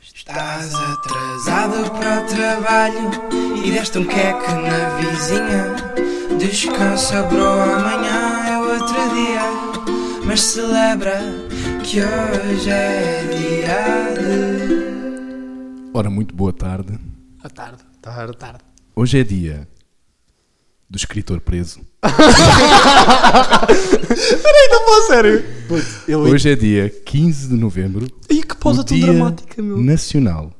Estás atrasado para o trabalho e deste um queque na vizinha. Descansa, bro, amanhã é outro dia. Mas celebra que hoje é dia de. Ora, muito boa tarde. À tarde. Tarde. Tarde. Hoje é dia do escritor preso. Peraí, não vou a sério. Eu Hoje é dia 15 de novembro, E que pausa o tão Um Dia dramática, meu. Nacional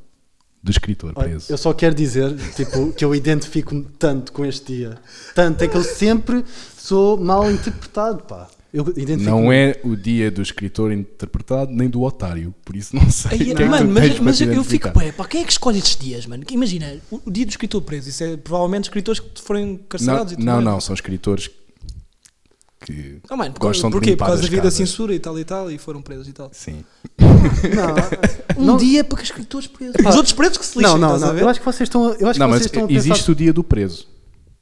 do Escritor Olha, Preso. Eu só quero dizer tipo, que eu identifico-me tanto com este dia. Tanto é que eu sempre sou mal interpretado, pá. Eu identifico Não é o dia do escritor interpretado nem do otário, por isso não sei. o Aí, que é que mano, tu mas, tens para mas te eu identificar. fico bem, pá, quem é que escolhe estes dias, mano? Que Imagina, o, o dia do escritor preso, isso é provavelmente escritores que foram Não, encarcerados e tudo não, mais. não, são escritores que Ah, mano, gostam de porquê? limpar Por causa as da vida da casas. censura e tal e tal, e foram presos e tal. Sim. é? Não, Um dia para que escritores presos. Os outros presos que se lixem, É não, não, estás a não. ver? Eu acho que vocês estão, a- eu acho não, que mas vocês estão a pensar. existe o dia do preso,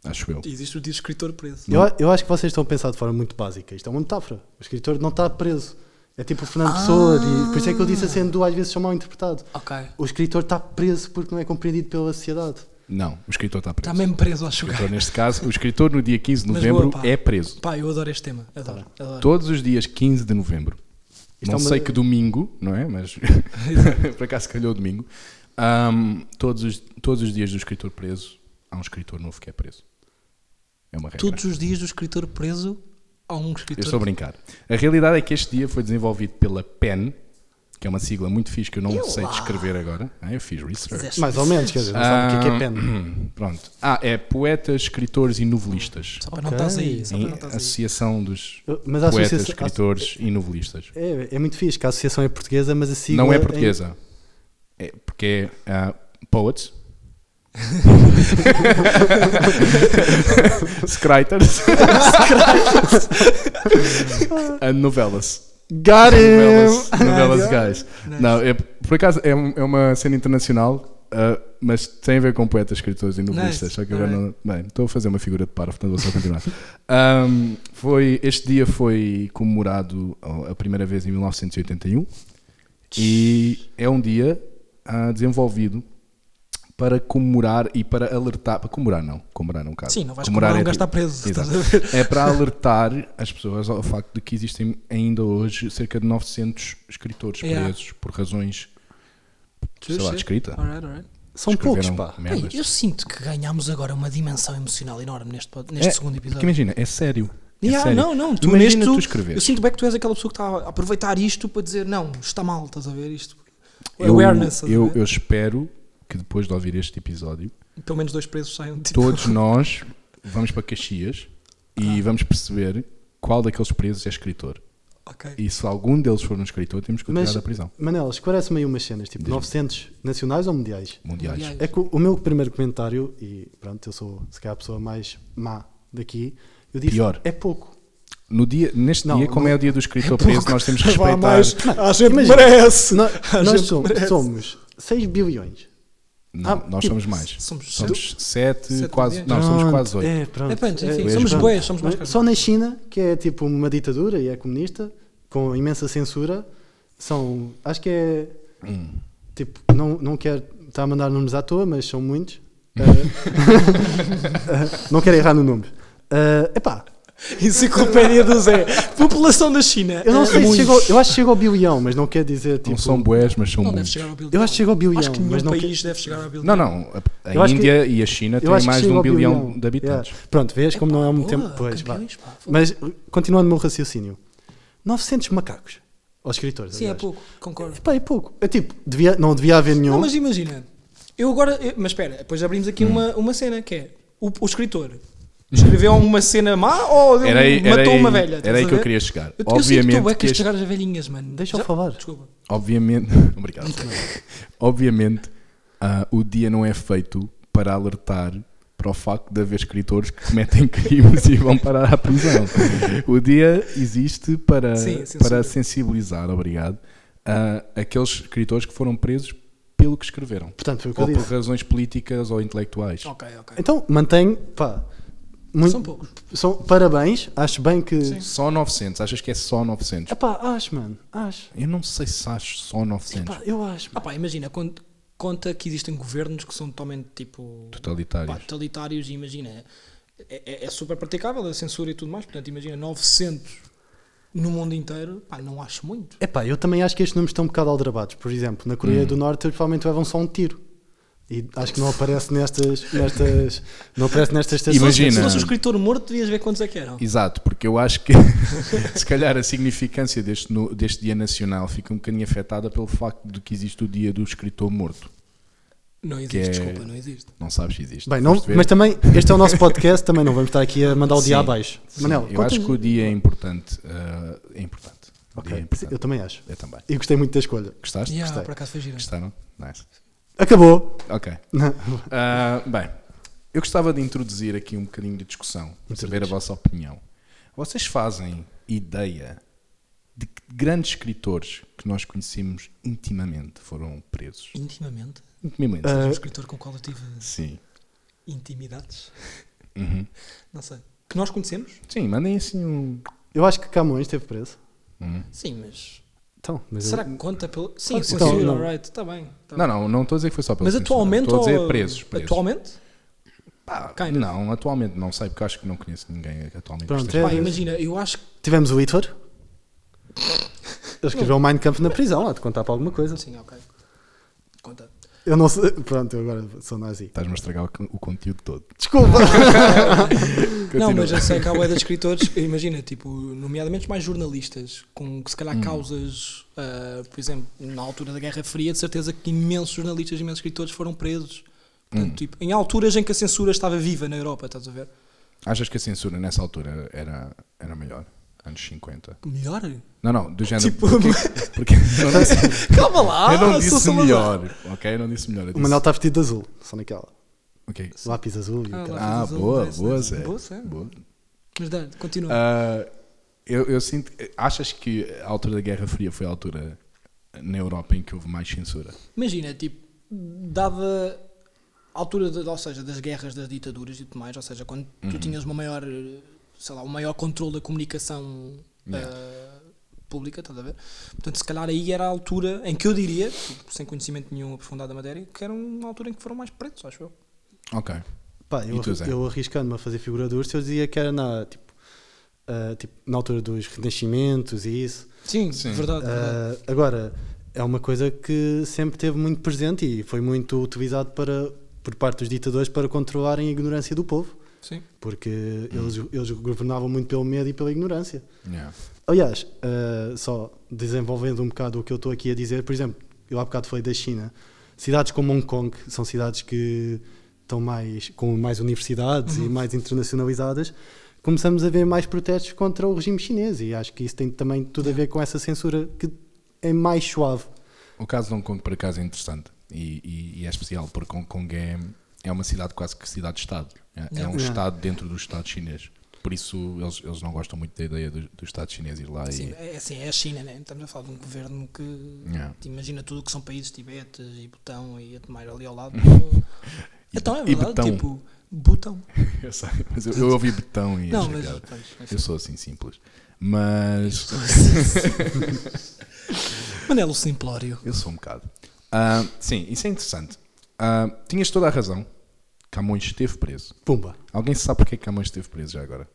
acho eu. Existe o dia do escritor preso. Eu, eu acho que vocês estão a pensar de forma muito básica. Isto é uma metáfora. O escritor não está preso. É tipo o Fernando Pessoa. de- por isso é que eu disse a sendo às vezes são mal interpretado. Ah. Ok. O escritor está preso porque não é compreendido pela sociedade. Não, o escritor está preso. Está mesmo preso, acho O que. escritor, Então, neste caso, o escritor no dia 15 de Mas novembro boa, pá. é preso. Pá, eu adoro este tema. Tá Adoro, adoro. Todos os dias 15 de novembro. Isto não é uma- sei que domingo, não é? Mas por acaso calhou domingo. Ahm, todos, os, todos os dias do escritor preso, há um escritor novo que é preso. É uma regra. Todos os dias do escritor preso há um Eu escritor. estou a brincar. A realidade é que este dia foi desenvolvido pela PEN, que é uma sigla muito fixe que eu não sei descrever agora. Ah, Eu fiz research. Fizeste. Mais ou menos, quer dizer, não sabe o Ah. que é que é pena. Ahm, Pronto. Ah, é poetas, escritores e novelistas. Só para não estás aí. é Só para Em não estás aí. Associação dos Eu- Mas a Poetas, associação. Escritores e Novelistas. É, é muito fixe que a associação é portuguesa, mas a sigla. Não é em- portuguesa. É porque é ah, poets. Scriters. and Ah, novelas. Got Novelas, him! novelas guys. Não, é, por acaso é, um- é uma cena internacional, ah, mas tem a ver com poetas, escritores e novelistas. Nice. Só que agora Alright. não. Bem, estou a fazer uma figura de parvo, portanto vou só continuar. Ahm, foi, este dia foi comemorado oh, a primeira vez em 1981 e é um dia ah, desenvolvido para comemorar e para alertar. Para comemorar, não. Comemorar, não, caso. Sim, não vais comemorar um gajo tipo- está preso. Exato. Estás a ver? É para alertar as pessoas ao facto de que existem ainda hoje cerca de 900 escritores Yeah. presos por razões, sei lá, de escrita. Alright, alright. São poucos, Escreveram pá. Ei, merdas. eu sinto que ganhámos agora uma dimensão emocional enorme neste, pod- neste É, segundo Porque episódio. imagina, é sério. É Yeah, sério. não, não, tu Imagina neste, tu eu escreveres. sinto bem que tu és aquela pessoa que está a aproveitar isto para dizer não, está mal, estás a ver isto? Eu, Awareness, estás a eu, ver? eu espero que depois de ouvir este episódio, pelo menos dois presos saiam de tipo, todos nós vamos para Caxias Ah. e vamos perceber qual daqueles presos é escritor. ok. E se algum deles for um escritor, temos que o tirar Mas, da prisão. Manel, esclarece-me aí umas cenas, tipo 900 nacionais ou mundiais? Mundiais. Mundiais. É que o o meu primeiro comentário, e pronto, eu sou se calhar a pessoa mais má daqui, eu disse Pior. é pouco. No dia, neste Não, dia, como não- é o dia do escritor preso, nós temos que Vá respeitar. mais, a gente Imagina, merece. nó- A nós gente somos, merece. somos 6 bilhões. Não, Ah, nós tipo, somos mais. Somos, Somos sete, sete quase. milhões. Não, somos Pronto, quase oito. É, pronto. É, pronto, enfim, É, somos pronto. bués, somos mais que- Só na China, que é tipo uma ditadura e é comunista, com imensa censura, são. Acho que é. Hum. Tipo, não, não quero estar a mandar números à toa, mas são muitos. Eh, eh, não quero errar no número. Eh, epá, Enciclopédia do Zé. População da China. eu não É sei se muito. chegou. Eu acho que chegou ao bilhão, mas não quer dizer tipo. Não são boés, mas são Não deve muitos. chegar um ao bilhão. Eu acho que chegou ao bilhão, Acho que nenhum mas não quer- país deve chegar ao bilhão. Não, não. a- Eu A acho que- Índia e a China eu têm acho que mais de chegou um ao bilhão, bilhão. de habitantes. Yeah. Pronto, vês como não é muito Porra, tempo. Pois, vá. campeões, pá. Mas continuando o meu raciocínio, 900 macacos aos escritores. Sim, é aliás. pouco, concordo. Pá, é pouco. É tipo, devia, não devia haver nenhum. Não, mas imagina, eu agora. eu- mas espera, depois abrimos aqui Hum. uma, uma cena que é o, o escritor. Escreveu uma cena má ou deu- um, Era aí, matou era aí, uma velha? estás Era aí a que eu ver? queria chegar. Eu, eu sinto que obviamente, tu é que que este... este, chegar às velhinhas, mano. Deixa-o Já- falar. Desculpa. obviamente, obrigado. obviamente, ah, o dia não é feito para alertar para o facto de haver escritores que cometem crimes e vão parar à prisão. O dia existe para, Sim, censura. para sensibilizar, obrigado, ah, aqueles escritores que foram presos pelo que escreveram. Portanto, foi o que Ou eu por disse. razões políticas ou intelectuais. Ok, ok. um Então, mantenho, pá. Muito, São poucos. são- parabéns, acho bem que. Só 900, achas que é só 900? Epá, acho, mano, acho. Eu não sei se acho só 900. Pá, eu acho. Ah pá, imagina, quando, conta que existem governos que são totalmente tipo Totalitários. pá, totalitários e imagina, é, é- é super praticável a censura e tudo mais, portanto, imagina 900 no mundo inteiro, pá, não acho muito. Epá, eu também acho que estes números estão um bocado aldrabados. Por exemplo, na Hum. Coreia do Norte eles provavelmente levam só um tiro. E acho que não aparece nestas. nestas não aparece nestas estações. Imagina. Se Não. fosse um escritor morto, devias ver quantos é que eram. Exato, porque eu acho que se calhar a significância deste, no- deste dia nacional fica um bocadinho afetada pelo facto de que existe o dia do escritor morto. Não Que existe, é- desculpa, não existe. Não sabes se existe. Bem, não, Foste ver? mas também, este é o nosso podcast, também não vamos estar aqui a mandar o dia Sim. abaixo. Sim, Manel, eu conta-nos. acho que o dia é importante. ah, é importante. O Ok, dia é sim, importante. eu também acho. Eu também. E gostei muito da escolha. Gostaste? Yeah, Gostei. por acaso foi gira. Gostaram? Nice. Acabou. Ok. Não. Ah, bem, eu gostava de introduzir aqui um bocadinho de discussão, de saber a vossa opinião. Vocês fazem ideia de que grandes escritores que nós conhecemos intimamente foram presos? Intimamente. Intimamente. Ah. Um Eh, escritor com o qual eu tive Sim. intimidades. Uhum. Não sei. Que nós conhecemos? Sim, mandem assim um. Eu acho que Camões esteve preso. Uhum. Sim, mas. Então, mas Será eu- que conta pelo. Sim, Então, censura, não. alright, está bem. tá Não, bem. não, não estou a dizer que foi só pelo Mas censura. atualmente. Estou a dizer ou- presos. presos. Atualmente? Pá, Kind of. não, atualmente não sei, porque acho que não conheço ninguém que atualmente Pronto, esteja é- Pá, preso. imagina, eu acho que. Tivemos o Hitler. Ele escreveu o Mein Kampf na prisão, há de contar para alguma coisa. Sim, ok. Conta. Eu não sei. Pronto, eu agora sou nazi. Estás-me a estragar o, con- o conteúdo todo. Desculpa! Não, Continua. mas eu sei que há bué de escritores, imagina, tipo, nomeadamente os mais jornalistas, com que se Hum. calhar causas, ah, por exemplo, na altura da Guerra Fria, de certeza que imensos jornalistas, imensos escritores foram presos. Hum. Portanto, tipo, em alturas em que a censura estava viva na Europa, estás a ver? Achas que a censura nessa altura era, era melhor? Anos 50? Melhor? Não, não, do género. Tipo, Porque eu não disse, calma lá! eu não sou disse Salazar. melhor, ok? Eu não disse melhor. Eu O disse, Manel está vestido de azul, só naquela. ok. Lápis azul e o Ah, caralho. Ah, azul, boa, parece, boa, né? Zé. Boa, Zé. Boa. Mas dá, continua. Ah, eu, eu sinto. Achas que a altura da Guerra Fria foi a altura na Europa em que houve mais censura? Imagina, tipo, dava a altura, de- ou seja, das guerras, das ditaduras e tudo mais, ou seja, quando Uhum. tu tinhas uma maior, eh, sei lá, um maior controle da comunicação Yeah. eh, pública, estás a ver? Portanto, se calhar aí era a altura em que eu diria, tipo, sem conhecimento nenhum aprofundado da matéria, que era uma altura em que foram mais pretos, acho eu. Ok. Pá, eu, E tu, Zé? eu arriscando-me a fazer figura do urso, eu dizia que era na, tipo, ah, tipo, na altura dos renascimentos e isso. Sim, Sim. verdade, verdade. Ah, agora, é uma coisa que sempre teve muito presente e foi muito utilizado para, por parte dos ditadores para controlarem a ignorância do povo, Sim. porque eles, eles governavam muito pelo medo e pela ignorância. Yeah. Aliás, ah, só desenvolvendo um bocado o que eu estou aqui a dizer, por exemplo, eu há bocado falei da China. Cidades como Hong Kong são cidades que estão mais com mais universidades Uhum. e mais internacionalizadas. Começamos a ver mais protestos contra o regime chinês e acho que isso tem também tudo a ver com essa censura que é mais suave. O caso de Hong Kong, por acaso, é interessante e, e- e é especial, porque Hong Kong é, é uma cidade quase que cidade-estado. É, é um Yeah. estado dentro do estado chinês. Por isso, eles, eles não gostam muito da ideia do, do estado chinês ir lá Sim, e. é, assim, é a China, né? Estamos a falar de um governo que Yeah. te imagina tudo o que são países, Tibete e Butão e a mais ali ao lado. Então, então é e verdade, Butão. tipo, Butão. Eu sei, mas eu, eu ouvi betão e Não, achei mas. piada. pois, enfim. Eu sou assim simples. Mas. assim. Manelo Simplório. Eu sou um bocado. Ah, sim, isso é interessante. Ah, tinhas toda a razão. Camões esteve preso. Pumba. Alguém sabe porque é que Camões esteve preso já agora?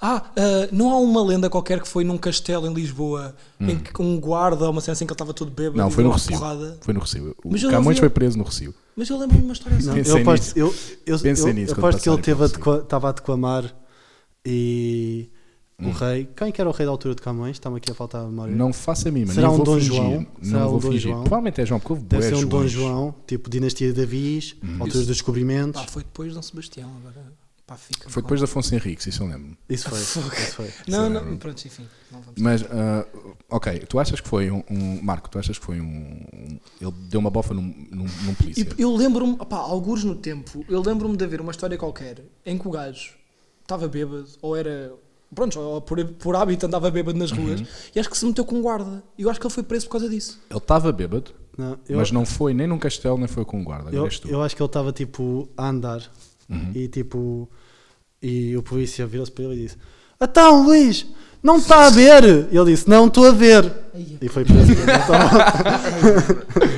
Ah, ah, não há uma lenda qualquer que foi num castelo em Lisboa em que um guarda ou uma cena assim que ele estava todo bêbado Hum. Não, e foi deu no uma Recio. porrada. Foi no Recio. O Mas eu não Camões vi- foi preso no Recio. Mas eu lembro-me de uma história assim. Não, Pensei eu aposto, nisso. eu, eu, Pensei eu nisso quando aposto que ele passarem teve a por deco- estava a declamar e Hum. o rei. Quem que era o rei da altura de Camões? Está-me aqui a faltar a memória. Não faça a mim, mas Será nem um vou Dom fingir. João? Não Será vou um Dom fingir. João? Provavelmente é João, porque houve Deve bué ser um Dom Joões. Hum. João, tipo dinastia de Avis, altura dos descobrimentos. Ah, foi depois de Dom Sebastião agora. Pá, fica Foi depois de Afonso Henriques, isso eu lembro. Isso foi. Fuck. Isso foi. Não, Sim, um não, lembro. pronto, enfim. Não vamos. Mas, ah, ok, tu achas que foi um, um- Marco, tu achas que foi um. um- Ele deu uma bofa num, num, num polícia. E eu lembro-me, opá, alguns no tempo, eu lembro-me de haver uma história qualquer em que o gajo estava bêbado, ou era. Pronto, ou por, por hábito andava bêbado nas Uhum. ruas, e acho que se meteu com um guarda. E eu acho que ele foi preso por causa disso. Ele estava bêbado, Não, eu, mas não foi nem num castelo, nem foi com um guarda. Agora eu, és tu. Uhum. eu acho que ele estava tipo a andar e tipo. E o polícia virou-se para ele e disse: Então, Luís, não está a ver? E ele disse: Não, estou a ver. E foi preso. Então,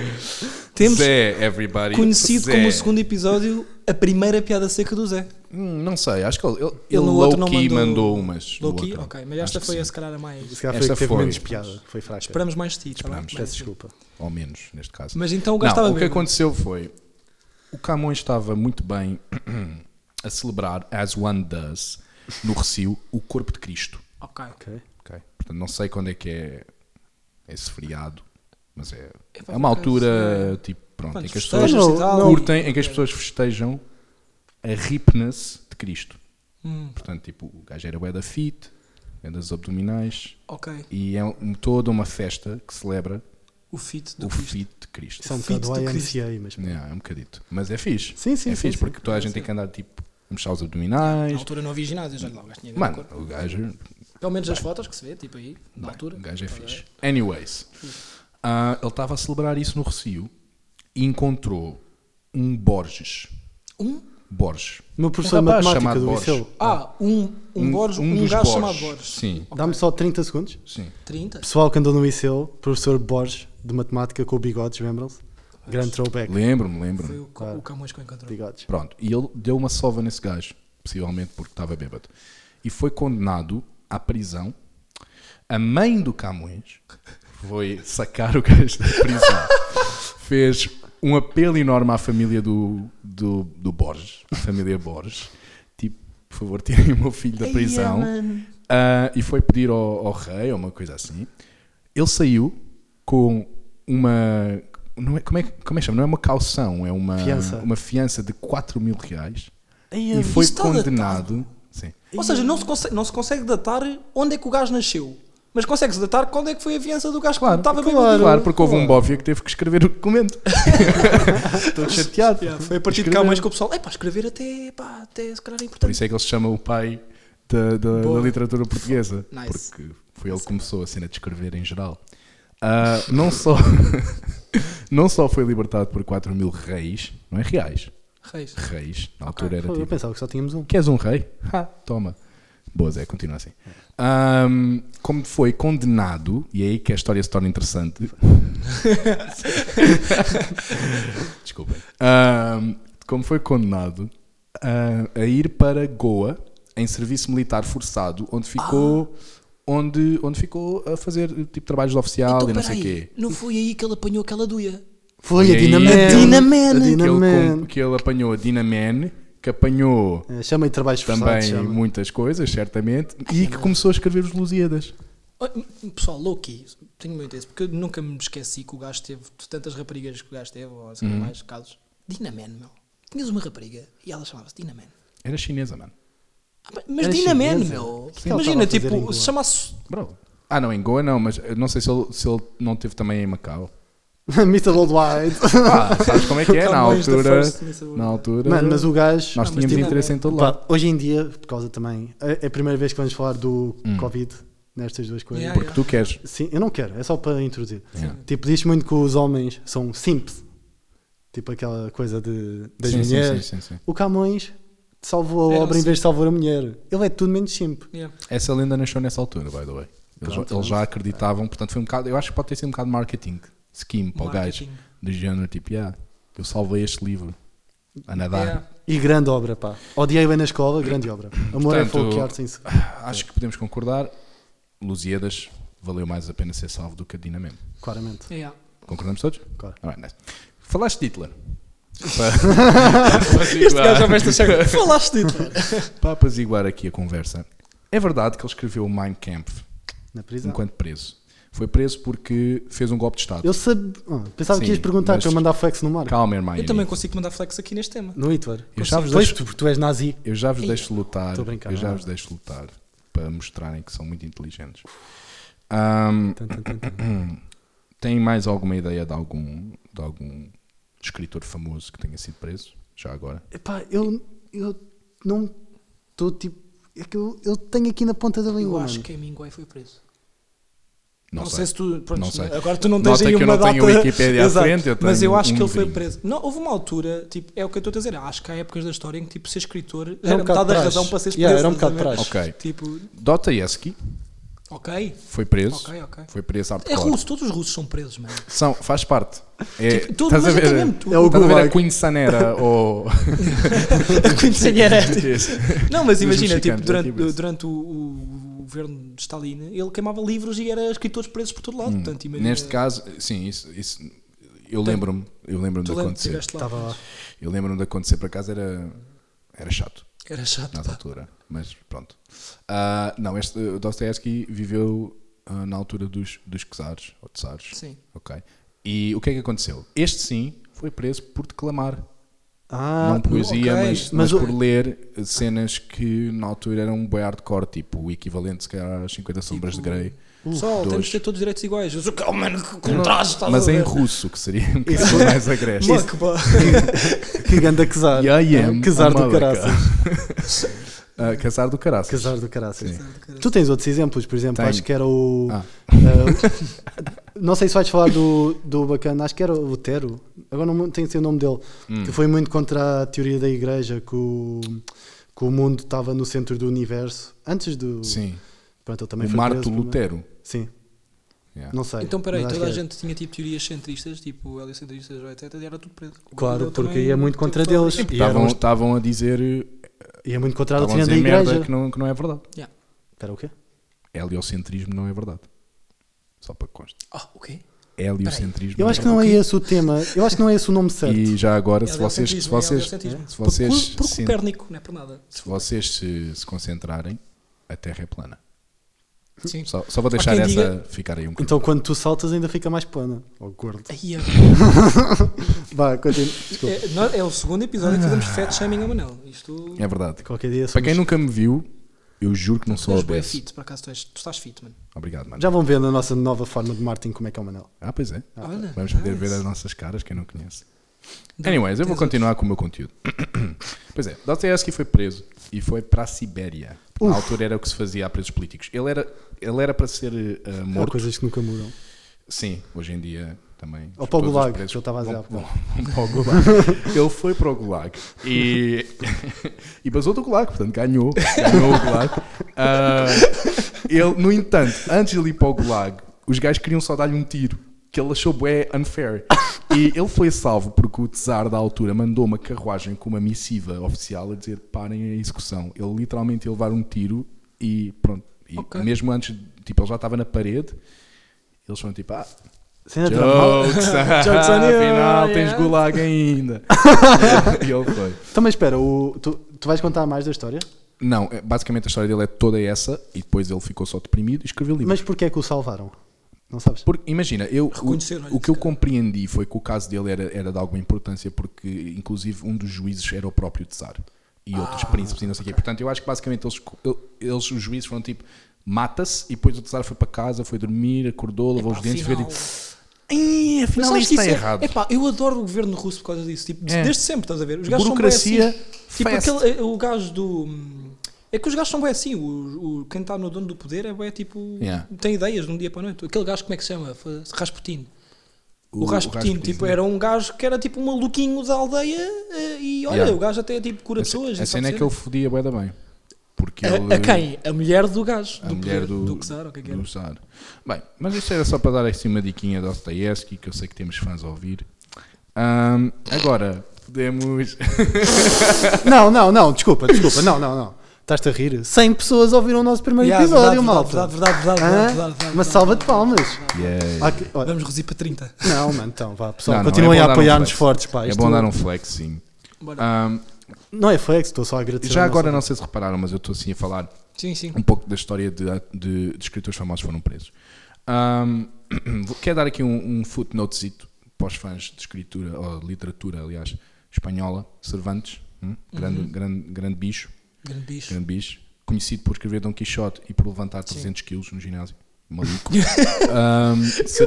Temos Zé, everybody. conhecido Zé. como o segundo episódio a primeira piada seca do Zé. Hum, não sei, acho que ele, ele, Ele no outro não low-key mandou- mandou umas. no Loki, outro. ok, mas esta Acho que foi sim. a se calhar a mais. Se calhar foi Esta que teve foi. menos piada, foi fraca. Esperamos mais de ti, tá bem? Esperamos. Mais Peço de ti. desculpa. Ou menos, neste caso. Mas então o Não, gajo estava o que bêbado. aconteceu foi o Camões estava muito bem a celebrar, as one does, no Recio, o corpo de Cristo. Ok. Ok. ok? Portanto, não sei quando é que é esse feriado, mas é, É pá, é uma por acaso, altura é. tipo, pronto, em Quantos que as festejos pessoas pessoas e tal? curtem, em que as pessoas festejam a ripness de Cristo. Hum, Portanto, tipo, o gajo era bué da fit, é das abdominais ok. e é um- toda uma festa que celebra O fit do o Cristo. fit de Cristo. Isso é um Filho bocado do YMCA, mas. É, é um bocadito. Mas é fixe. Sim, sim, é sim, fixe sim. porque toda a gente tem que andar tipo a mexer os abdominais. Na altura não havia ginásio, já lá o gajo tinha grande Mano, corpo. o gajo. Pelo menos as fotos que se vê, tipo aí, na bem, altura. o gajo é Tá a ver? fixe. Anyways, ah, ele estava a celebrar isso no Recio e encontrou um Borges. Um? Borges. O meu professor de rapaz matemática chamado do Borges. Liceu. Ah, um, um, Borges, um, dos gajo Borges. chamado Borges. Sim, Dá-me só 30 segundos. sim. 30? Pessoal que andou no Liceu, professor Borges, de matemática com o bigodes, lembram-se? Grande throwback. Lembro-me, Foi lembro-me. o, co- o Camões que eu encontrei. Bigodes. Pronto, e ele deu uma sova nesse gajo, possivelmente porque estava bêbado. E foi condenado à prisão. A mãe do Camões foi sacar o gajo da prisão. Fez um apelo enorme à família do, do, do Borges, à família Borges. Tipo, por favor, tirem o meu filho da prisão. Ah, e foi pedir ao, ao rei, ou uma coisa assim. Ele saiu com uma. Não é, como, é, que- como é que chama? Não é uma calção, é uma Fiança. uma fiança de 4 mil reais Ai, e foi está condenado. Sim. Ou seja, não se, consegue, não se consegue datar onde é que o gajo nasceu. Mas consegue-se datar quando é que foi a fiança do gajo que estava bêbado. claro, porque houve um bóvia que teve que escrever o documento. Estou chateado. Yeah, foi a partir de Escrever. Camões que o pessoal. É pá, escrever até, pá, até se calhar Por é importante. isso é que ele se chama o pai da, da- da literatura portuguesa. Nice. Porque foi ele que começou a cena de escrever em geral. Ah, não, só, não só foi libertado por 4 mil reis, não é reais, Reis. reis, na altura era Eu tipo pensava que só tínhamos um. Queres um rei? Ha, toma. Boa, Zé, continua assim. Ahm, como foi condenado, e é aí que a história se torna interessante. Desculpem. Ahm, como foi condenado ah, a ir para Goa em serviço militar forçado, onde ficou. Onde, onde ficou a fazer tipo trabalhos de oficial e não sei o quê. não foi "Então, aí que ele apanhou aquela duia. Foi E a aí- é. Dinaman. A Dinaman. Que A ele, Dinaman. com- que ele apanhou a Dinaman, que apanhou É, Chama-lhe trabalhos forçados. também chama. muitas coisas, certamente, e que começou a escrever os Lusíadas. Oh, Pessoal, Loki, tenho muito esse, porque eu nunca me esqueci que o gajo teve, de tantas raparigas que o gajo teve, ou assim, Uhum. mais casos. Dinaman, meu. Tinhas uma rapariga e ela chamava-se Dinaman. Era chinesa, mano. Ah, pá, Mas Era Dinaman, chinesa? meu. O que é que ela Imagina, estava a fazer em tipo, Goa? se chamasse. Bro. Ah, não, em Goa não, mas eh, não sei se ele, se ele não teve também em Macau. Mr. Worldwide. Ah, sabes como é que é? Na Camões da altura. First Miss World. Na altura. Mano, mas o gajo. Nós Ah, mas tínhamos tipo- interesse em todo Pá, lado. hoje em dia, por causa também. É é a primeira vez que vamos falar do Covid nestas duas coisas. Yeah, Hum. Porque tu queres. Sim, eu não quero, é só para introduzir. Yeah. Tipo, diz muito que os homens são simples. Tipo aquela coisa de, das Sim, sim, mulheres. sim, sim, sim. O Camões salvou a Era um obra em vez de salvar a mulher. Ele é tudo menos simples. Yeah. Essa lenda nasceu nessa altura, by the way. Eles, Pronto, eles já vamos. acreditavam, portanto foi um bocado. Eu acho que pode ter sido um bocado marketing scheme para o gajo. Marketing. Do género, tipo, yeah, eu salvei este livro a nadar. Yeah. E grande obra, pá. Odiei bem na escola, grande obra. Amor é Portanto, fogo que arte em si. Acho que podemos concordar. Lusíadas valeu mais a pena ser salvo do que a Dinamem. Claramente. Yeah. Concordamos todos? Claro. Alright, nice. Falaste de Hitler. Este gajo já vai estar cheio. Falaste de Hitler. Para apaziguar aqui a conversa, é verdade que ele escreveu o Mein Kampf Na prisão. enquanto preso. Foi preso porque fez um golpe de Estado. Eu sabia. Ah, pensava que Sim, ias perguntar mas- para eu mandar flex no mar. Calma, irmão. Eu também consigo mandar flex aqui neste tema. No Hitler. Eu já vos Pois, deixo- tu, tu és nazi. Eu já vos deixo lutar. Tô a brincar, Eu já é? não. vos deixo lutar para mostrarem que são muito inteligentes. Ahm, Tan, tan, tan, tan. tem mais alguma ideia de algum, de algum escritor famoso que tenha sido preso? Já agora? Epá, eu, eu não estou tipo. É que eu, eu tenho aqui na ponta da Eu língua. acho mano. que a Minguai foi preso. Não, sei. se tu. Pronto, Não sei. Agora tu não tens Nota aí que eu uma não tenho data- Wikipédia à Exato. frente, eu Mas tenho eu acho um que ele foi livrinho. preso. Não, houve uma altura, tipo, é o que eu estou a dizer. Acho que há épocas da história em que tipo, ser escritor Era era um bocado metade da trás. razão para seres Yeah, preso. era um bocado estás a ver? trás. Ok. Tipo, Dostoevsky Ok, Foi preso. ok, ok. Foi preso É hardcore. russo, todos os russos são presos, mano. São, faz parte. É, Tipo, tudo, estás a mas ver, até mesmo tudo. É o estás a ver a Gulag. Queen Sanera ou. Não, mas Dos imagina, tipo, mexicanos, durante, é tipo isso. durante o, o governo de Stalin, ele queimava livros e era escritores presos por todo lado. Portanto, imagina, Hum, Neste caso, sim, isso. isso eu lembro-me. Eu lembro-me de tu lembras acontecer. estiveste lá. Estava lá. Eu lembro-me de acontecer, por acaso era, era chato Era chato. na altura, mas pronto. Ah, não, este uh, Dostoevsky viveu ah, na altura dos, dos czares, ou czares, Sim. ok? E o que é que aconteceu? Este sim foi preso por declamar, Ah, não poesia, ok. mas, mas Mas o- por ler cenas que na altura eram bem hardcore, tipo o equivalente se calhar às 50 Tipo sombras de Grey. Pessoal, temos Um, dois. de ter todos os direitos iguais. Eu sou oh, mano, que contraste, estás mas é a em ver? russo, que seria um bocado mais agreste. Makba. que ganda casar. E é I am Casar a do Malacca. caraças. Ah, casar do caraças. Casar do caraças. Sim. Tu tens outros exemplos, por exemplo, Tenho. acho que era o. Ah. eh, não sei se vais falar do, do bacana, acho que era o Tero, agora não tenho sei o nome dele, Hum. que foi muito contra a teoria da igreja, que o, que o mundo estava no centro do universo, antes do. Sim. Pronto, ele também O foi Marto preso, é? mas- Lutero. Sim, Yeah. não sei. Então, peraí, mas acho toda a que é. era. gente tinha tipo teorias centristas, tipo heliocentristas, etc. E era tudo preso. Claro, Ele porque também ia muito teve contra que falar deles. disto. E é Estavam, eram- estavam a dizer, Ia é muito contra a estavam a doutrina da dizer merda igreja. que não, que não é verdade. Yeah. Espera, o quê? Heliocentrismo não é verdade. Só para que conste. Ah, o quê? Heliocentrismo. Eu acho que não é esse o tema, eu acho que não é esse o nome certo. é E já agora, é se vocês, se Heliocentrismo, vocês, heliocentrismo. se vocês, Porque- Porque se, Copérnico, não é por nada. se vocês se, se concentrarem, a Terra é plana. Sim. Só, só vou Há deixar quem essa diga- ficar aí um bocadinho. Então quando tu saltas ainda fica mais plana. Ou gordo. Aí é- Vá, continua. Desculpa. É, nó- é o segundo episódio que fazemos fat shaming a Manel. Isto. Ah. é verdade. Qualquer dia Para quem somos- nunca me viu, eu juro que não Tu sou é és bué obeso. fit, por acaso tu, és, tu estás fit, mano. Obrigado, mano. Já vão ver na nossa nova forma de marketing como é que é o Manel. Ah, pois é. Olha, Vamos poder nice. ver as nossas caras, quem não conhece. Dá- Anyways, eu vou tens continuar com o meu conteúdo. pois é, Dostoevsky foi preso e foi para a Sibéria. Na altura era o que se fazia a presos políticos. Ele era, ele era para ser eh, Há morto. coisas que nunca mudam. Sim, hoje em dia também. Ou para o todos os Gulag, presos que eu estava a dizer há vão- bocado. vão- vão para o Gulag. Ele foi para o Gulag e, e passou do Gulag, portanto ganhou. Ganhou o Gulag. Ah, ele, no entanto, antes de ele ir para o Gulag, os gajos queriam só dar-lhe um tiro, que ele achou bué unfair. E ele foi salvo porque o Tsar da altura mandou uma carruagem com uma missiva oficial a dizer parem a execução. Ele literalmente ia levar um tiro e pronto. E Ok. mesmo antes, tipo, ele já estava na parede. Eles foram tipo, ah, Cena dramática. Jokes, Jokes on you, afinal yeah. tens gulag ainda. e ele foi. Então, mas espera, o- tu, tu vais contar mais da história? Não, é- basicamente a história dele é toda essa e depois ele ficou só deprimido e escreveu livros. Mas porquê é que o salvaram? Não sabes? Porque, imagina, eu, Reconheceram o, o esse que eu cara. compreendi foi que o caso dele era, era de alguma importância porque, inclusive, um dos juízes era o próprio Tsar e Ah, outros príncipes e não sei o quê. Portanto, eu acho que basicamente eles, eles os juízes foram tipo, mata-se e depois o Tsar foi para casa, foi dormir, acordou, lavou os Epá, dentes e foi afinal- tipo, "Ih, Mas afinal sabes isto que está isso é- errado. Epá, eu adoro o governo russo por causa disso. Tipo, de- É. Desde sempre, estás a ver? Os gajos Burocracia, são bem assim. Tipo, fast. aquele, é, o gajo do. hum, É que os gajos são bem assim. O, o- quem está no dono do poder é bem tipo. Yeah. Tem ideias de um dia para a noite. Aquele gajo, como é que se chama? Foi- Rasputin. O, O- o Rasputin, Rasputin, tipo, né? era um gajo que era tipo um maluquinho da aldeia eh, e olha, Yeah. o gajo até tipo cura A ce- pessoas. A e cena é sabe que ele fodia bué da bem. Porque eh, cenas. ele, a, a quem? A mulher do gajo. A do mulher poder, do, do Czar, ou o que é que era? do Czar. Bem, mas isto era só para dar assim uma diquinha de Dostoevsky, que eu sei que temos fãs a ouvir. Ahm, agora, podemos... Não, não, não, desculpa, desculpa, não, não, não. Estás-te a rir? 100 pessoas ouviram o nosso primeiro Yeah, episódio, verdade, malta. verdade, verdade, verdade, Hã? verdade, verdade, verdade, Uma salva de verdade, palmas. Yeah. Ah, Há que- olha, Vamos reduzir para 30. Não, mano, então, vá, pessoal, Não, não, continuem é bom a dar um apoiar-nos flex. fortes, pá. é isto- bom dar um flex, sim. Bora. Ahm, Não é flex, estou só a agradecer. já ao agora, não nosso- sei se repararam, mas eu estou assim a falar Sim, sim. um pouco da história de, de- de escritores famosos que foram presos. Ahm, vou- quero dar aqui um, um footnotezito para os fãs de escritura, ou de literatura, aliás, espanhola, Cervantes, hum? grande, Uhum. grande, grande bicho, Grande bicho. grande bicho, conhecido por escrever Dom Quixote e por levantar 300 quilos no ginásio, maluco. Ahm,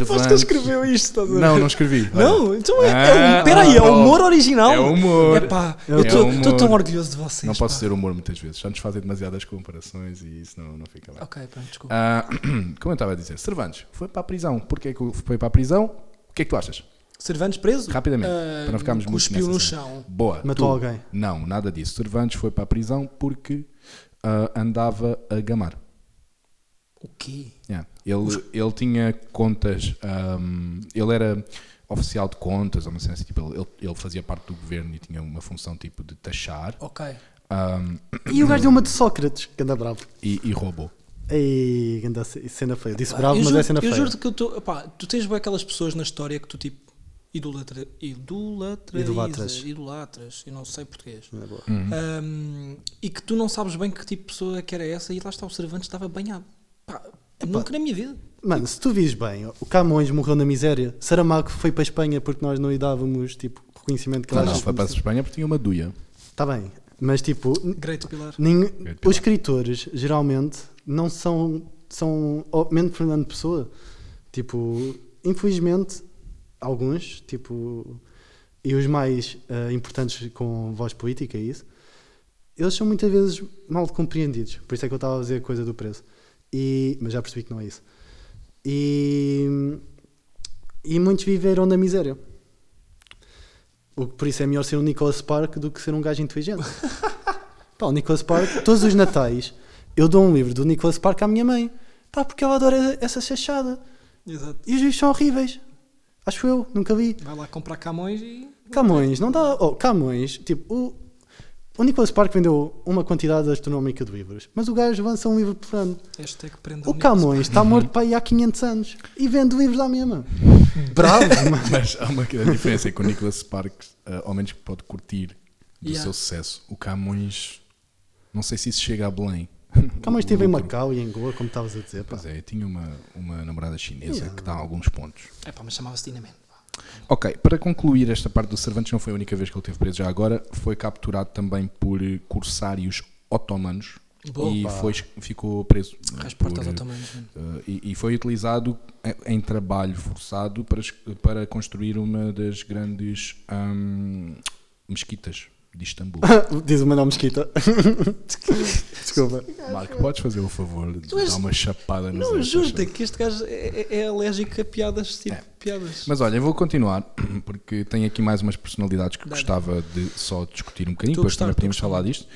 Foste escreveu isto, estás a ver? Não, não escrevi. olha. Não, então é. Ah, é um, peraí, é pronto. humor original. É humor. Epá, É eu humor. estou tão orgulhoso de vocês. Não posso pá. dizer humor muitas vezes, já nos fazem demasiadas comparações e isso não, não fica bem. Ok, pronto, desculpa. Ah, como eu estava a dizer, Cervantes foi para a prisão. Porquê que foi para a prisão? O que é que tu achas? Cervantes preso? Rapidamente, Ah, para não ficarmos muito Cuspiu nessa no cena. chão. Boa. Matou tu. alguém. Não, nada disso. Cervantes foi para a prisão porque ah, andava a gamar. O quê? Yeah. Ele, ele tinha contas, ahm, ele era oficial de contas, ou uma cena assim, tipo, ele, ele fazia parte do governo e tinha uma função tipo de taxar Ok. ahm, E o gajo deu uma de Sócrates, que anda bravo. e, e roubou. Ei, ganda ce- cena feia. Eu Disse bravo, eu mas juro, é cena eu feia. juro que eu estou. Pá, tu tens bem aquelas pessoas na história que tu tipo. Idolatra, idolatra, Idolatras. idolatras, eu não sei português. Não é boa. Hum. Uhum. Um, e que tu não sabes bem que tipo de pessoa que era essa e lá está o Cervantes estava banhado. Pá, nunca na minha vida. Mano, se tu vis bem, o Camões morreu na miséria, Saramago foi para a Espanha porque nós não lhe dávamos tipo, reconhecimento que Não, lá não, foi para a Espanha porque tinha uma duia. Está bem, mas tipo, Great Pilar. Ningu- Grande pilar. os escritores geralmente não são são ou menos Fernando Pessoa tipo infelizmente alguns tipo e os mais ah, importantes com voz política e isso eles são muitas vezes mal compreendidos por isso é que eu estava a dizer a coisa do preço e mas já percebi que não é isso e e muitos viveram na miséria o que por isso é melhor ser um Nicholas Spark do que ser um gajo inteligente Pá, o Nicholas Park, todos os natais, eu dou um livro do Nicholas Park à minha mãe. Pá, porque ela adora essa chachada. Exato. E os livros são horríveis. Acho eu, nunca li. Vai lá comprar Camões e. Camões, não dá. Oh, Camões, tipo, o, o Nicholas Park vendeu uma quantidade astronómica de livros, mas o gajo lança um livro por ano. Hashtag prenda O Camões está morto para aí há 500 anos e vende livros à mesma. Bravo, mano. Mas há uma grande diferença é que o Nicholas Sparks, ah, ao menos que pode curtir do Yeah. seu sucesso, o Camões, não sei se isso chega a Belém. Camões O esteve em lucro. Macau e em Goa, como estavas a dizer. Pá. Uhum. Pois é, eu tinha uma, uma namorada chinesa Yeah. que dá alguns pontos. É pá, mas chamava-se Dinaman. Ok, para concluir esta parte do Cervantes, não foi a única vez que ele teve preso já agora, foi capturado também por eh, corsários otomanos Boa. e foi, ficou preso. eh, As portas por, eh, otomanas, mano. eh, e, e foi utilizado em- em trabalho forçado para, es- para construir uma das grandes ahm, mesquitas de Istambul. Diz o Manuel Mesquita. Desculpa. Marco, podes fazer o favor de Tu és- dar uma chapada nos Não, eixos, juro-te que este gajo é, é- é alérgico a piadas, tipo, piadas. É. Mas olha, eu vou continuar, porque tenho aqui mais umas personalidades que Dá-lhe. gostava de só discutir um bocadinho, Estou a depois gostar, também podíamos estou a falar disto.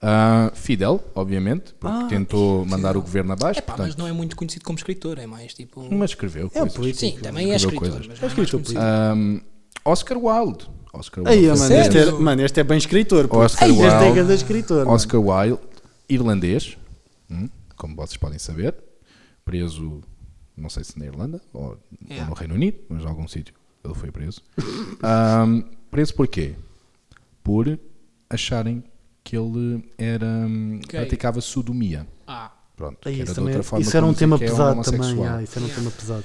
Ah, Fidel, obviamente, porque Ah, tentou mandar Fidel. o governo abaixo, É pá, portanto, mas não é muito conhecido como escritor, é mais tipo. mas, escreveu É um coisas. político. Sim, também é Escreveu coisas. escritor. Mas não é É mais escritor, conhecido. Ahm, Hum, Oscar Wilde. Oscar Wilde. Aí, foi- mano, este é, Sério? mano, este é bem escritor. pô. Oscar Ei, este é Wilde. grande escritor. mano. Oscar Wilde, irlandês, hum, como vocês podem saber, preso, não sei se na Irlanda ou, ou Yeah. no Reino Unido, mas em algum sítio ele foi preso. Ahm, preso porquê? Por acharem que ele era hum, Gay. praticava sodomia. Ah, Pronto, Ei, que era É isso de também- outra forma isso era um como dizer tema que é pesado também. homossexual. ah, isso era um Yeah. tema pesado.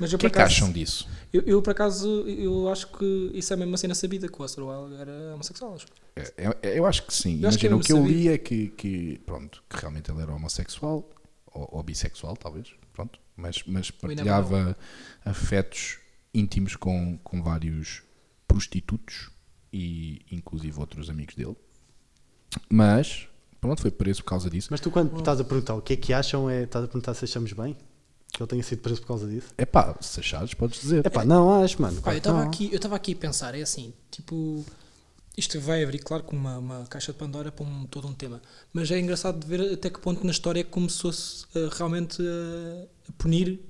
mas O eu que é por que acaso. acham disso? Eu, eu, por acaso, eu acho que isso é mesmo uma cena sabida que o Oscar Wilde era homossexual. Acho. É, é, Eu acho que sim. Eu acho que Imagina, eu o que eu sabia. li é que, que, pronto, que realmente ele era homossexual ou, ou bissexual, talvez, pronto, mas, mas We never partilhava afetos íntimos com, com vários prostitutos e inclusive outros amigos dele. Mas, pronto, foi preso por causa disso. Mas tu, quando estás a perguntar o que é que acham, é, estás a perguntar se achamos bem que ele tenha sido preso por causa disso? É pá, se achares, podes dizer. É pá, não acho, mano. Pá, claro que eu estava não. aqui, eu estava aqui a pensar, é assim, tipo, isto vai abrir, claro, com uma, uma caixa de Pandora para um, todo um tema, mas é engraçado de ver até que ponto na história começou-se eh, realmente eh, a punir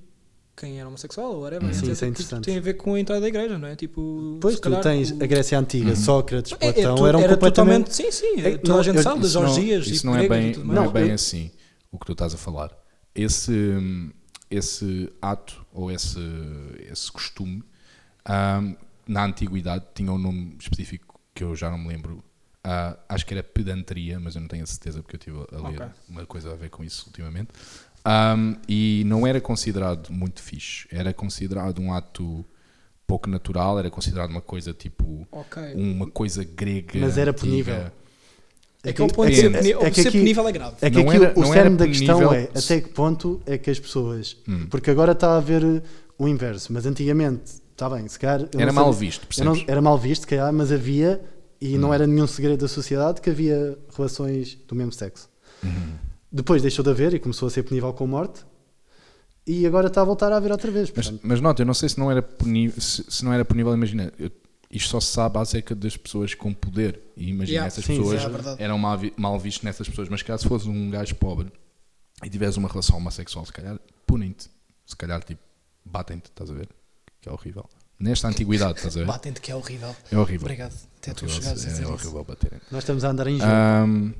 quem era homossexual ou whatever. Sim, etc. isso é Que interessante. Tem a ver com a entrada da igreja, não é? Tipo, Pois, se tu calhar tens o- a Grécia Uhum. Antiga, Sócrates, É, é, Platão, tu- eram era completamente... totalmente. Sim, sim, É, toda a não, gente eu- sabe das Isso não- orgias isso e não é gregas bem, e tudo mais. não é Não, bem eu- assim o que tu estás a falar. Esse, hum, esse ato ou esse, esse costume hum, na antiguidade tinha um nome específico que eu já não me lembro. Ah, acho que era pedantria, mas eu não tenho a certeza porque eu estive a ler Ok. uma coisa a ver com isso ultimamente. Hum, e não era considerado muito fixe, era considerado um ato pouco natural, era considerado uma coisa tipo É Ok. uma coisa grega. Mas era antiga. punível. É que ao ponto de ser, Depende. puni- É que ser aqui- punível é grave. É que Não aqui era- o não cerne era Hum. da questão é punível se- até que ponto é que as pessoas. Porque agora está a haver uh, o inverso, mas antigamente, está bem, se calhar. eu Era não mal sabia- visto, eu não- percebes? Era mal visto, se calhar, mas havia, e não era nenhum segredo da sociedade, que havia relações do mesmo sexo. Uhum. Depois deixou de haver e começou a ser punível com morte, e agora está a voltar a haver outra vez. Mas, portanto. mas nota, eu não sei se não era punível, se, se não era punível, imagina, eu- isto só se sabe acerca das pessoas com poder. E imagina, Yeah, essas sim, pessoas isso é verdade. eram mal, vi- mal vistas nessas pessoas, mas caso fosse um gajo pobre e tiveres uma relação homossexual, se calhar punem-te. Se calhar, tipo, batem-te, estás a ver? Que é horrível. Nesta antiguidade, estás a ver? Batente que é horrível. É horrível. Obrigado. Até tu Horrível, chegares a é dizer isso. horrível baterem. Nós estamos a andar em jogo. Ahm,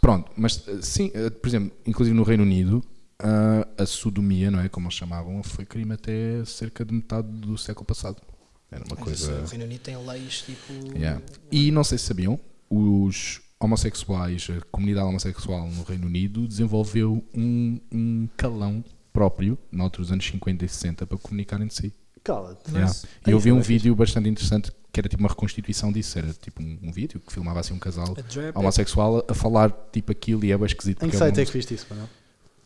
pronto, mas eh, sim, eh, por exemplo, inclusive no Reino Unido, ah, a sodomia, não é? Como eles chamavam, foi crime até cerca de metade do século passado. Era uma É, isso, coisa. O Reino Unido tem leis tipo. Yeah. E não sei se sabiam, os homossexuais, a comunidade homossexual no Reino Unido desenvolveu um, um calão próprio, na altura dos anos 50 e 60, para comunicar entre si. Cala-te. é? Yeah. Aí Eu vi um foi bem vídeo bastante interessante que era tipo uma reconstituição disso, era tipo um, um vídeo que filmava assim um casal A Drap é homossexual a falar tipo aquilo e é bem esquisito. Em que porque é site um- é que viste isso, Manuel?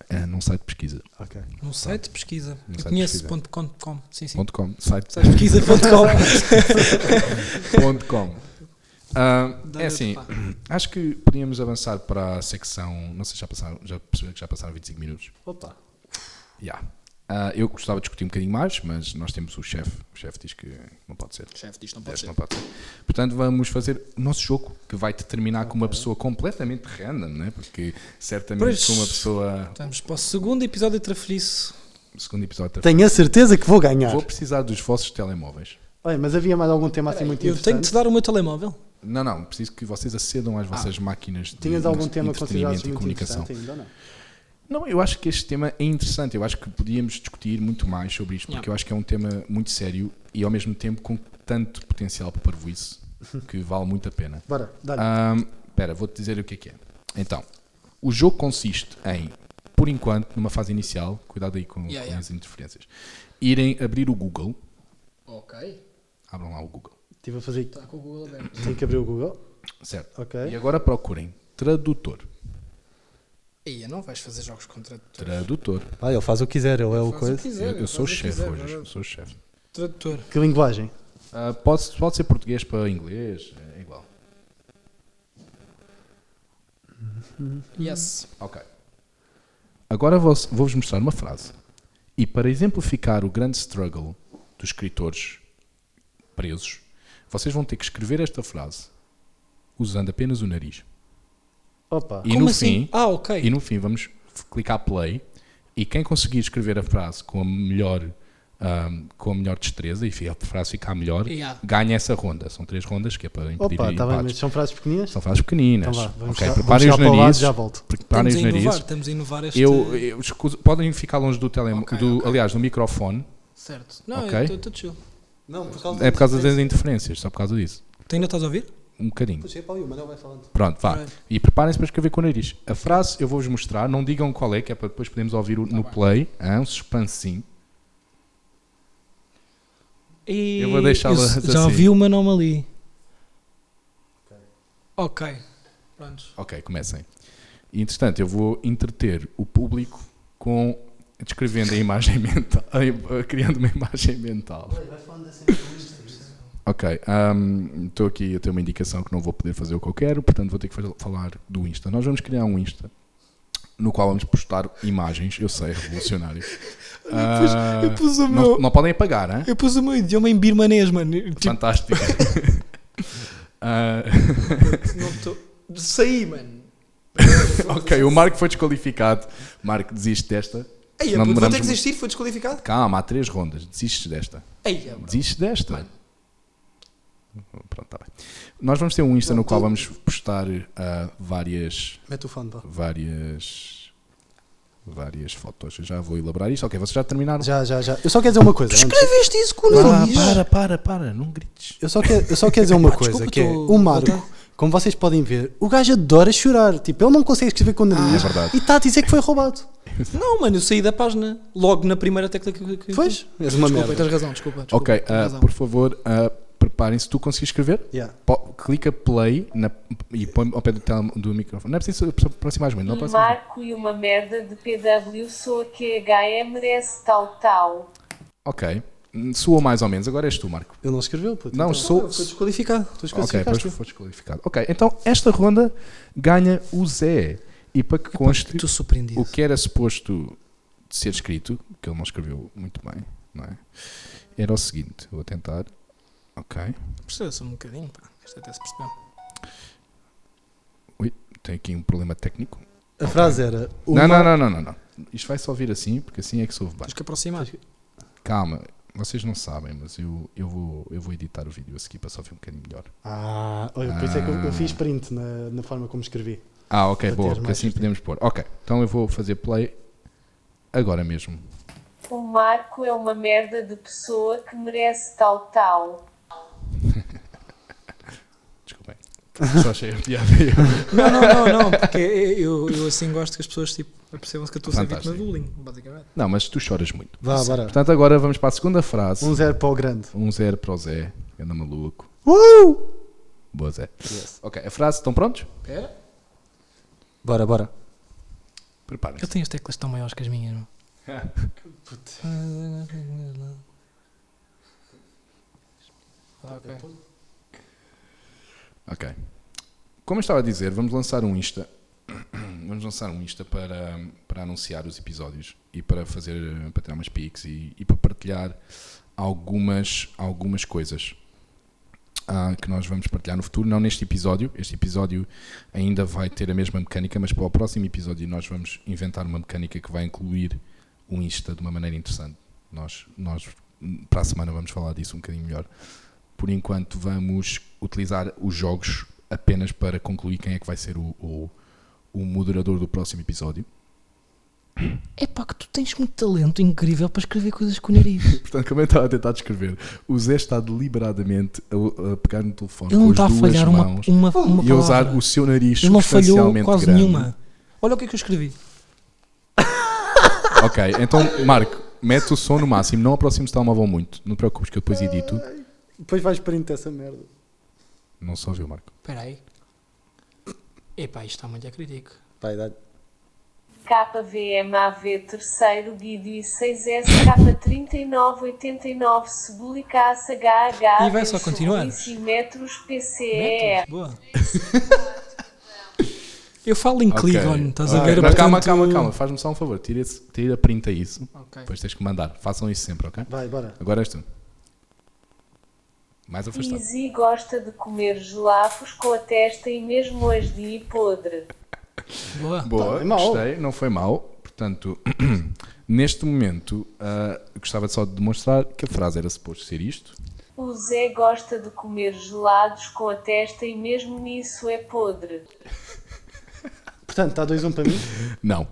é, num site de pesquisa. Ok. num site de Num pesquisa. Eu site de conheço pesquisa. ponto com- com. Sim, sim. Ponto É .com, site Site de pesquisa.com. ponto .com. Ah, é assim, Pá. acho que podíamos avançar para a secção. Não sei, já passaram, já perceberam que já passaram 25 minutos. Opa. Yeah. Ah, eu gostava de discutir um bocadinho mais, mas nós temos o chefe. O chefe diz que não pode ser. Chefe, disto não pode Deste ser. não pode ser. Portanto, vamos fazer o nosso jogo que vai determinar com uma pessoa completamente random, né? porque certamente Pois. com uma pessoa. Estamos para o segundo episódio de Trafriço. Segundo episódio, Tenho a certeza que vou ganhar. vou precisar dos vossos telemóveis. Olha, mas havia mais algum tema assim muito Eu tenho de interessante? te dar o meu telemóvel. Não, não, preciso que vocês acedam às vossas máquinas de Ah. Tinhas algum tema que considerasses entretenimento e muito comunicação. interessante ainda ou não? Não, eu acho que este tema é interessante. Eu acho que podíamos discutir muito mais sobre isto, porque Yeah. eu acho que é um tema muito sério e ao mesmo tempo com tanto potencial para parvoíce que vale muito a pena. Bora, dá-lhe. Ahm, Espera, vou-te dizer o que é que é. Então, o jogo consiste em, por enquanto, numa fase inicial, cuidado aí com, Yeah, com yeah. as interferências, irem abrir o Google, Ok. abram lá o Google, Estive a fazer. Está com o Google aberto. Tenho que abrir o Google. certo? E É. Ok. agora procurem tradutor. Ia, não vais fazer jogos contra tradutor. Tradutor. Ah, ele faz o que quiser, ele é o coisa. Eu, eu sou o chefe é? hoje, eu sou o chefe. Tradutor. Que linguagem? Ah, pode, pode ser português para inglês, é igual. Yes. Ok. Agora vos- vou-vos mostrar uma frase. E para exemplificar o grande struggle dos escritores presos, vocês vão ter que escrever esta frase usando apenas o nariz. Opa. E Como no assim? fim, Ah, ok. e no fim vamos f- clicar play e quem conseguir escrever a frase com a melhor ahm, com a melhor destreza e fi- a frase ficar melhor, Yeah. ganha essa ronda. São três rondas que é para impedir Opa, está bem, empates. mas são frases pequeninas? São frases pequeninas. Então vá, vamos ok, já- preparem os vamos já para o lado, narizes. já volto. Preparem Estamos os a um inovar, narizes. estamos a inovar este. Eu, eu escuso- podem ficar longe do telemóvel, Ok, do, ok. aliás, do microfone. Certo. Não, Ok. eu estou chill. Não, por causa É por causa das interferências, só por causa disso. Tu ainda estás a ouvir? Um bocadinho. Puxei é para aí, o Manuel vai falando. Pronto, vá. Alright. E preparem-se para escrever com o nariz. A frase eu vou-vos mostrar, não digam qual é, que é para depois podermos ouvir Tá o- no play. É um suspensinho. E Eu vou deixá-la eu Já assim. ouvi uma nome ali. Ok. Pronto. Ok, comecem. E, entretanto, eu vou entreter o público com descrevendo a imagem mental, a- a- criando uma imagem mental. assim, Ok, ahm, estou aqui a ter uma indicação que não vou poder fazer o que eu quero, portanto vou ter que fa- falar do Insta. Nós vamos criar um Insta no qual vamos postar imagens, eu sei, é revolucionário. Ah, eu pus o não, meu- não podem apagar, hein? Eu pus o meu idioma em birmanês, mano. Eu, Tipo, fantástico. Ah, não estou. Saí, mano. ok, o Marco foi desqualificado. Marco, desiste desta. Ei, Não puto, vou demoramos ter que desistir, foi desqualificado. Calma, há três rondas. Desistes desta. Ei, é, bro. Desistes desta. Pronto, tá bem. Nós vamos ter um Insta no qual vamos postar ah, várias, Mete o fone, pá. várias, várias fotos. Eu já vou elaborar isto. Ok, vocês já terminaram? Já, já, já. Eu só quero dizer uma coisa. Tu antes. escreveste isso com o Ah, nariz? para, para, para, não grites. Eu só quero, eu só quero dizer uma Ah, Pá, coisa, desculpa, que é, tô- o Marco, voltei. como vocês podem ver, o gajo adora chorar. Tipo, ele não consegue escrever com o nariz. É verdade. E está a dizer que foi roubado. Não, mano, eu saí da página logo na primeira tecla que. que- que- Pois? És uma Desculpa, merda. então- tens razão, desculpa. desculpa, Ok, tens ah, razão. por favor, ah, preparem-se. Tu consegues escrever? Yeah. Po- clica play na- e põe ao pé do, tele- do microfone. Não é preciso aproximar as mãos, não é aproximar. as mãos. Marco e uma merda de PW sou a QH merece tal tal. Ok, Hum, soou mais ou menos. Agora és tu, Marco. Ele não escreveu, puto. Não, então. sou. Foi desqualificado. Tu Ok, escrevificaste. depois foi desqualificado. Ok, então esta ronda ganha o Zé. E para que conste, Estou surpreendido. o que era suposto de ser escrito, que ele não escreveu muito bem, não é? Era o seguinte: vou tentar. Ok, Percebeu-se um bocadinho, pá. Isto até se percebeu. tem aqui um problema técnico. A frase era. o Não, mal- não, não, não, não, não. Isto vai só vir assim, porque assim é que soube bem. Tens que aproximar. Calma, vocês não sabem, mas eu, eu, vou, eu vou editar o vídeo a seguir para só ver um bocadinho melhor. Ah, olha, por isso é que eu, eu fiz print na, na forma como escrevi. Ah, ok, Para boa, ter porque mais assim podemos pôr. Ok, então eu vou fazer play agora mesmo. O Marco é uma merda de pessoa que merece tal tal. Desculpem. Só achei a piada. eu. Não, não, não, não, porque é, eu, eu assim gosto que as pessoas tipo, percebam-se que eu estou a ser vítima Fantástico. de bullying, basicamente. Não, mas tu choras muito. Vá, bora. Portanto, agora vamos para a segunda frase. Um zero para o grande. Um zero para o Zé. Anda maluco. Uh! Boa, Zé. Ok, a frase, estão prontos? Espera. Bora, bora. Preparem-se. Eu tenho as teclas tão maiores que as minhas, não? Ah, ok. Ok. Como eu estava a dizer, vamos lançar um Insta. Vamos lançar um Insta para, para anunciar os episódios e para fazer para tirar umas pics e, e para partilhar algumas, algumas coisas ah, que nós vamos partilhar no futuro. Não neste episódio. Este episódio ainda vai ter a mesma mecânica, mas para o próximo episódio nós vamos inventar uma mecânica que vai incluir o Insta de uma maneira interessante. Nós, nós para a semana vamos falar disso um bocadinho melhor por enquanto vamos utilizar os jogos apenas para concluir quem é que vai ser o, o- o moderador do próximo episódio. É pá, que tu tens muito talento incrível para escrever coisas com o nariz. Portanto, como eu estava a tentar descrever, o Zé está deliberadamente a, a pegar no telefone Ele com não as está a duas falhar uma, mãos uma, Oh. uma e a usar palavra. o seu nariz Ele não falhou substancialmente quase grande. nenhuma. Olha o que é que eu escrevi. Ok, então, Marco, mete o som no máximo, não aproximes o telemóvel muito, não te preocupes que eu depois edito. Depois vais print essa merda. Não só viu, Marco. Espera aí. Epá, isto está muito a crítico. Vai, dá. KVMAV terceiro Guido e 6S K3989 Sublicaça HH E vai só continuar? Metros PCE É. Netos, Boa. Eu falo em Ok. Clegon, estás a Ok, ver? mas calma, Portanto- calma, calma, faz-me só um favor, tira, esse- tira print a isso, Ok. depois tens que mandar, façam isso sempre, ok? Vai, bora. Agora és tu. Mais afastado. Izzy gosta de comer gelafos com a testa e mesmo hoje de ir podre. Boa. Boa, Tá, é mau. gostei, não foi mal. Portanto, neste momento, ah, gostava só de demonstrar que a frase era suposto ser isto. O Zé gosta de comer gelados com a testa e mesmo nisso é podre. Portanto, está 2-1 para mim. Não.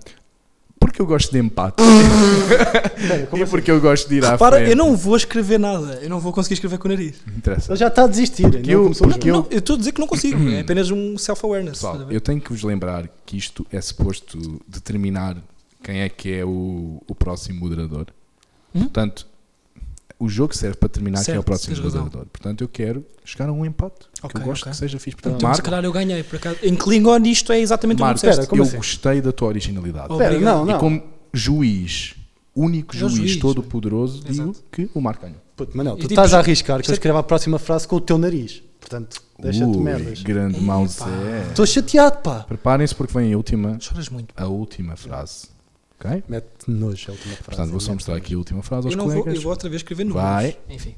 Porque eu gosto de empate. Espera, e como assim? porque eu gosto de ir à Repara, frente. eu não vou escrever nada. Eu não vou conseguir escrever com o nariz. Não interessa. Ele já está a desistir. ainda eu- não começou porque o Não, jogo. eu estou a dizer que não consigo. É apenas um self-awareness. Pessoal, estás a ver? eu tenho que vos lembrar que isto é suposto determinar quem é que é o, o próximo moderador. Portanto, o jogo serve para determinar quem é o Hum? Certo, próximo tens razão. moderador. Portanto, eu quero chegar a um empate. que Ok, eu gosto ok. que seja fixe. Portanto, Então, se Marco, calhar eu ganhei, por acaso. Em Klingon isto é exatamente Marco, o que espera, disseste. como eu assim? gostei da tua originalidade. Oh, Espera, não, E não. como juiz, único É o juiz, juiz, todo-poderoso, digo Exato. que o Marco ganhou. Puto, Manel, tu E tipo, estás a arriscar que eu isto é- escreva a próxima frase com o teu nariz. Portanto, deixa-te Ui, merdas. grande mau Zé. Estou chateado, pá. Preparem-se porque vem a última, Choras muito. a última frase. Ok? Mete nojo é a última frase. Portanto, vou só mostrar aqui a última frase aos é Eu, não vou, colegas. eu vou outra vez escrever números. Vai. Enfim.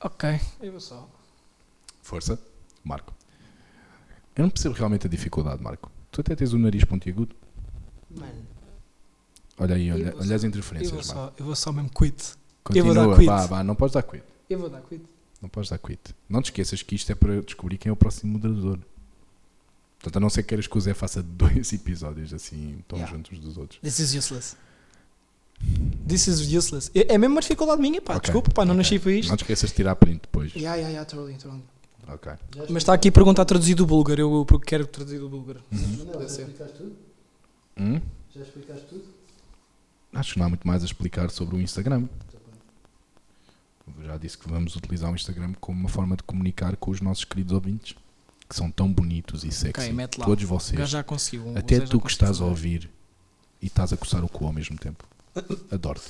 Ok. Eu vou só. Força, Marco. Eu não percebo realmente a dificuldade, Marco. Tu até tens o nariz pontiagudo. Mano, Olha aí, Eu olha, olha vou as eu vou interferências, Marco. só, eu vou só mesmo quit. eu vou Continua, dar quit. vá, vá, não podes dar quit. Eu vou dar quit. Não podes dar quit. Não te esqueças que isto é para descobrir quem é o próximo moderador. Portanto, a não ser que queiras que o Zé faça dois episódios assim, tão Yeah. juntos dos outros. This is useless. This is useless. É é mesmo uma dificuldade minha, pá. Ok, Desculpa, pá, não ok. nasci para isto. Não te esqueças de tirar print depois. Yeah, yeah, yeah, totally, totally. Ok. Mas está aqui a perguntar traduzido do búlgaro. Eu eu quero traduzir do búlgaro. Uhum. Deve ser. Hum? Já explicaste tudo? Acho que não há muito mais a explicar sobre o Instagram. Já disse que vamos utilizar o Instagram como uma forma de comunicar com os nossos queridos ouvintes, que são tão bonitos e sexy. Ok, mete lá. Todos O gajo vocês. já conseguiu. o Até Zé já tu que conseguiu. estás a ouvir e estás a coçar o cu ao mesmo tempo. Adoro-te.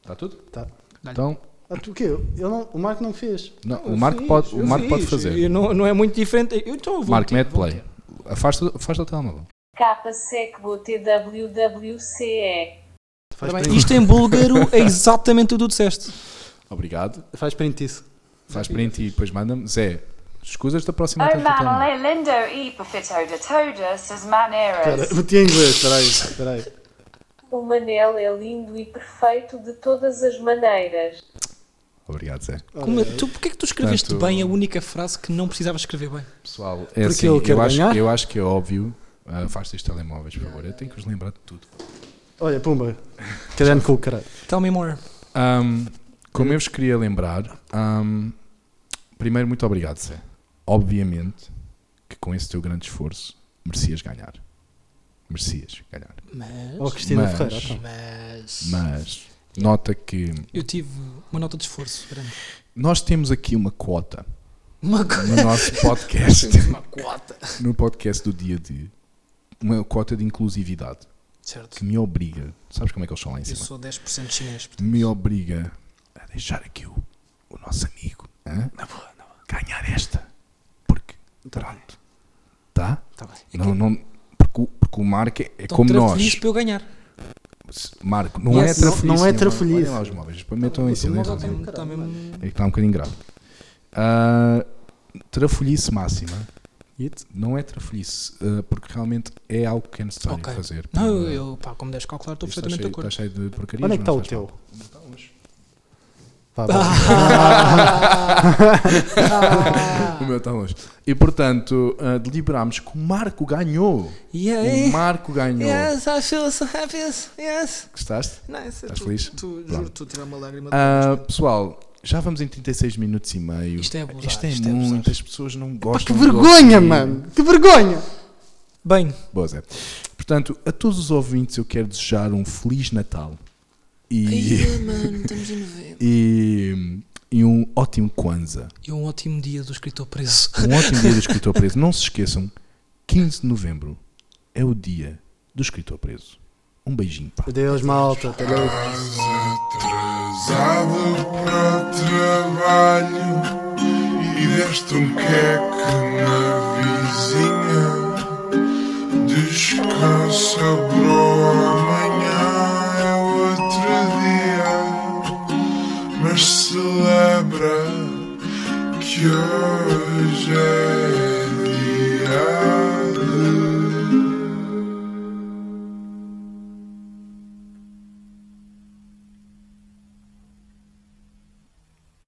Está tudo? Tá. Então, Ah, tu o quê? Eu não, o Marco não fez. não, Eu o Marco, fiz, pode, eu o Marco pode fiz. fazer. Eu não, não é muito diferente. Eu, então eu vou. Marco, ter- mete vou play. ter. Afasta, afasta o telemóvel. KSECBO TWWCE. Faz Tá Ora bem, print, Isto em búlgaro é exatamente o que tu disseste. Obrigado. faz print isso. Faz print e depois manda-me. Zé, Escusas-te aproximar tanto do teu Oman nome. é? Lelindo e Profitoda Toda Sas Espera, Maneiras. meti em inglês, peraí, peraí. O Manel é lindo e perfeito de todas as maneiras. Obrigado, Zé. Como é- tu, porquê é que tu escreveste Portanto- bem a única frase que não precisavas escrever bem? Pessoal, é Porque assim, ele eu, quer acho, ganhar. eu acho que é óbvio. Ah, Afasta os telemóveis, por favor. Eu tenho que os lembrar de tudo. Olha, pumba. Caderno com o caralho. Tell me more. Ahm, como eu vos queria lembrar, ahm, primeiro, muito obrigado, Zé. Obviamente que com esse teu grande esforço merecias ganhar. Merecias ganhar. Mas, Ó, Cristina Mas- Ferreira. então. mas Mas nota que eu tive uma nota de esforço grande. nós temos aqui uma quota Uma coisa. no nosso podcast, Uma quota. no podcast do dia de uma quota de inclusividade Certo. que me obriga. Sabes como é que eles são lá em Eu cima? sou 10% chinês. portanto. me obriga a deixar aqui o, o nosso amigo hã? ganhar esta. Porque, pronto, tá? Tá bem. Não, não, porque, o- porque o Marco é, é como nós. feliz para eu ganhar. Marco, não Yes. é trafolhice. Não- não é senhor. trafolhice. Olhem lá os móveis, depois metam em silêncio. móvel tem- Está mesmo- É que está um bocadinho grave. Ah, trafolhice máxima. Não é trafolhice, ah, porque realmente é algo que é necessário Ok. fazer. né? Não, eu, eu, pá, como deves calcular, estou Isto está perfeitamente de cheio- acordo. Está cheio de porcaria. Onde é que está Ah, o teu? Vá, vá. Ah. O meu está longe. E portanto, ah, deliberámos que o Marco ganhou. E é, O aí? Marco ganhou. Yes, I feel so happy. Yes. Gostaste? Nice. Estás feliz? Tu, Pronto. juro, tu tirar uma lágrima. do meu Ah, rosto. pessoal, já vamos em 36 minutos e meio. Isto é abusar, Isto é isto é muito. abusar. As pessoas não Pá, gostam. que de vergonha, ouvir. mano! Que vergonha! Bem, Boa, Zé. Portanto, a todos os ouvintes eu quero desejar um Feliz Natal. E, mano, estamos em novembro. e, e um ótimo Kwanzaa. E um ótimo dia do escritor preso. Um ótimo dia do escritor preso. Não se esqueçam, 15 de novembro é o dia do escritor preso. Um beijinho, pá. Adeus, malta. tá Até logo. Atrasado para o trabalho e deste um queque na vizinha. Descansa, bro, amanhã é outro dia. Mas celebra que hoje é.